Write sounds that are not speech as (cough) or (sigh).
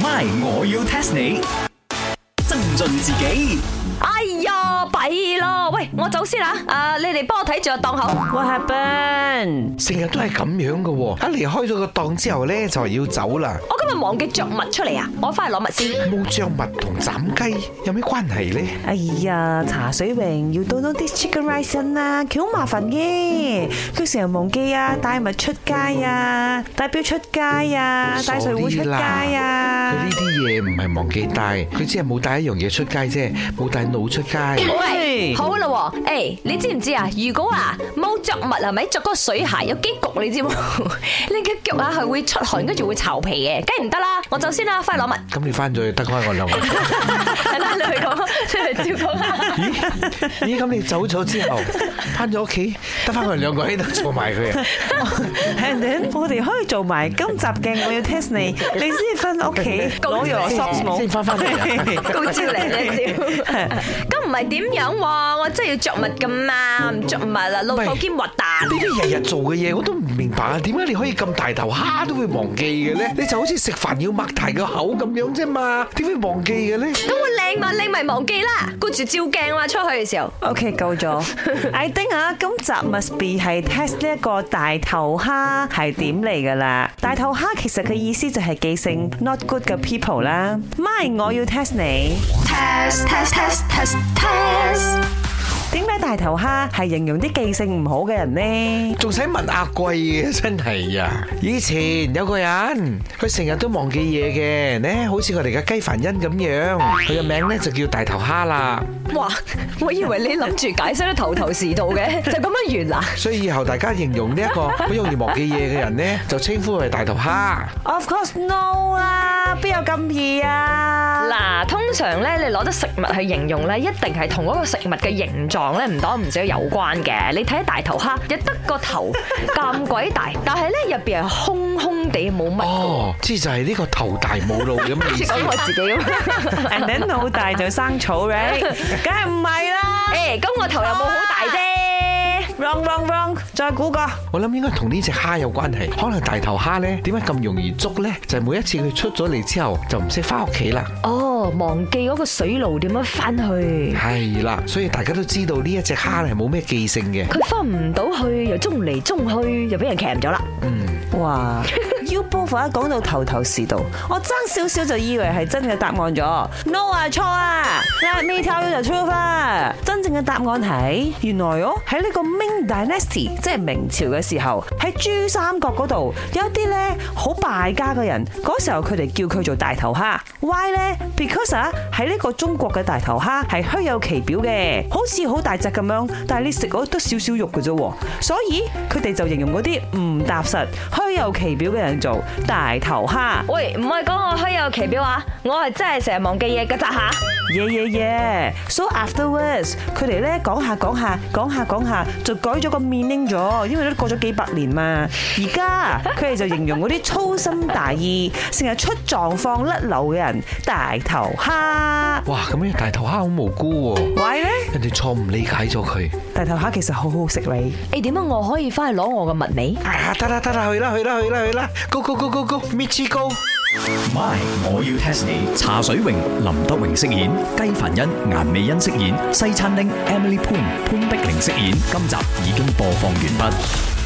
My，我要 test 你。增進自己，哎呀，弊咯！喂，我走先啦，啊，你哋幫我睇住個檔口。 What happened？成日都係咁樣嘅喎，一離開咗個檔之後咧，就係要走啦。我今日忘記着襪出嚟啊，我翻去攞襪先。冇着物同斬雞有咩關係咧？哎呀，茶水榮要到多啲 chicken rice 先啦，佢好麻煩嘅，佢成日忘記啊，帶物出街啊，帶錶出街啊，帶水壺出街佢啊呢。啲嘢唔係忘記帶，佢只係冇帶一樣嘢出街啫，冇帶腦出街。 (laughs) 喂，好啦喎，誒，你知唔知啊？如果啊冇着襪係咪着嗰個水鞋有幾焗你知冇？ (laughs) 你嘅腳啊係會出汗，跟住會巢皮嘅，梗係唔得啦！我走先啦，翻去攞襪。 (laughs) 咁你翻咗去得開我兩個。係啦，你去講，你去照講啦。 (laughs) 咦？咦？咁你走咗之後，翻咗屋企，得翻我哋兩個喺度做埋佢啊！ And then，我哋可以做埋今集嘅我要 test 你，你先翻屋企攞藥 socks 冇先翻返嚟 (laughs) 啊高招嚟啫，招。咁唔係點樣喎？我真係要着襪噶嘛，唔着襪啊，露喂頭兼核呢彈。啲日日做嘅嘢我都唔明白啊！點解你可以咁大頭蝦都會忘記 (laughs) 嘅咧？你就好似食飯要擘大個口咁樣啫嘛，點會忘記嘅咧？咁我靚嘛，靚咪忘記啦，顧住照鏡嘛，出去嘅時 (laughs) 候。 OK，(laughs) 夠咗。I think 啊，今集 must be 係 test 呢一個大頭蝦係點嚟噶啦。大頭蝦其實佢意思就係記性 not good 嘅 people 啦。My，我要 test 你。 test test test test test 點解大頭蝦係形容啲記性唔好嘅人呢？仲使問阿貴嘅真係啊！以前有個人，佢成日都忘記嘢嘅，咧好似佢哋嘅雞凡恩咁樣，佢嘅名咧就叫大頭蝦啦。哇！我以為你諗住解釋得頭頭是道嘅，就咁樣完啦。所以以後大家形容呢一個好容易忘記嘢嘅人咧，就稱呼佢係大頭蝦。 Of course no 啦，邊有咁 (laughs) 易啊？嗱，通常咧，你攞得食物去形容咧，一定係同嗰個食物嘅形狀咧唔多唔少有關嘅。你睇大頭蝦，又得個頭咁鬼大，但係咧入邊係空空地冇乜，哦，知就係呢個頭大冇腦咁嘅意似 (laughs) 思。講我自己咁。人哋腦大就生 (laughs) 草 right，梗係唔係啦誒，咁我頭又冇好大 (laughs) 啫。 ？Wrong wrong wrong，再估個。我諗應該同呢隻蝦有關係，可能大頭蝦呢點解咁容易捉呢？就係每一次佢出咗嚟之後就唔識翻屋企啦，哦，忘記嗰個水路點樣翻去，係啦，所以大家都知道呢一隻蝦係冇咩記性嘅。佢翻唔到去，又中嚟中去，又俾人鉗咗啦。哇！U Bofa 講到頭頭是道，我爭少少就以為係真嘅答案咗。No 啊，錯啊！Let me tell you the truth 啊！真正嘅答案係原來哦，喺呢個 Ming Dynasty，即係明朝嘅時候，喺珠三角嗰度有一啲咧好敗家嘅人，嗰時候佢哋叫佢做大頭蝦。Why 咧？Because 啊，喺呢個中國嘅大頭蝦係虛有其表嘅，好似好大隻咁樣，但係你食嗰都少少肉嘅啫喎，所以佢哋就形容嗰啲唔踏實、虛有其表嘅人做大頭蝦。喂，唔係講我虛有其表啊，我係真係成日忘記嘢㗎咋吓。耶耶耶！So afterwards，佢哋咧講下講下講下講下，就改咗個 meaning 咗，因為都過咗幾百年嘛。而家佢哋就形容嗰啲粗心大意、成日出狀況甩漏嘅人大頭蝦。哇，咁樣大頭蝦好無辜喎，喂咧，人哋錯誤理解咗佢。大頭蝦其實好好食你。誒點解啊我可以翻去攞我嘅物尾？啊，得啦得啦，去啦去啦去啦去啦，Go Go Go Go Go，Mitchy Go！ My，我要 test 你。茶水榮、林德榮飾演，雞凡欣、顏美欣飾演，西餐廳 Emily Poon 潘碧玲飾演。今集已經播放完畢。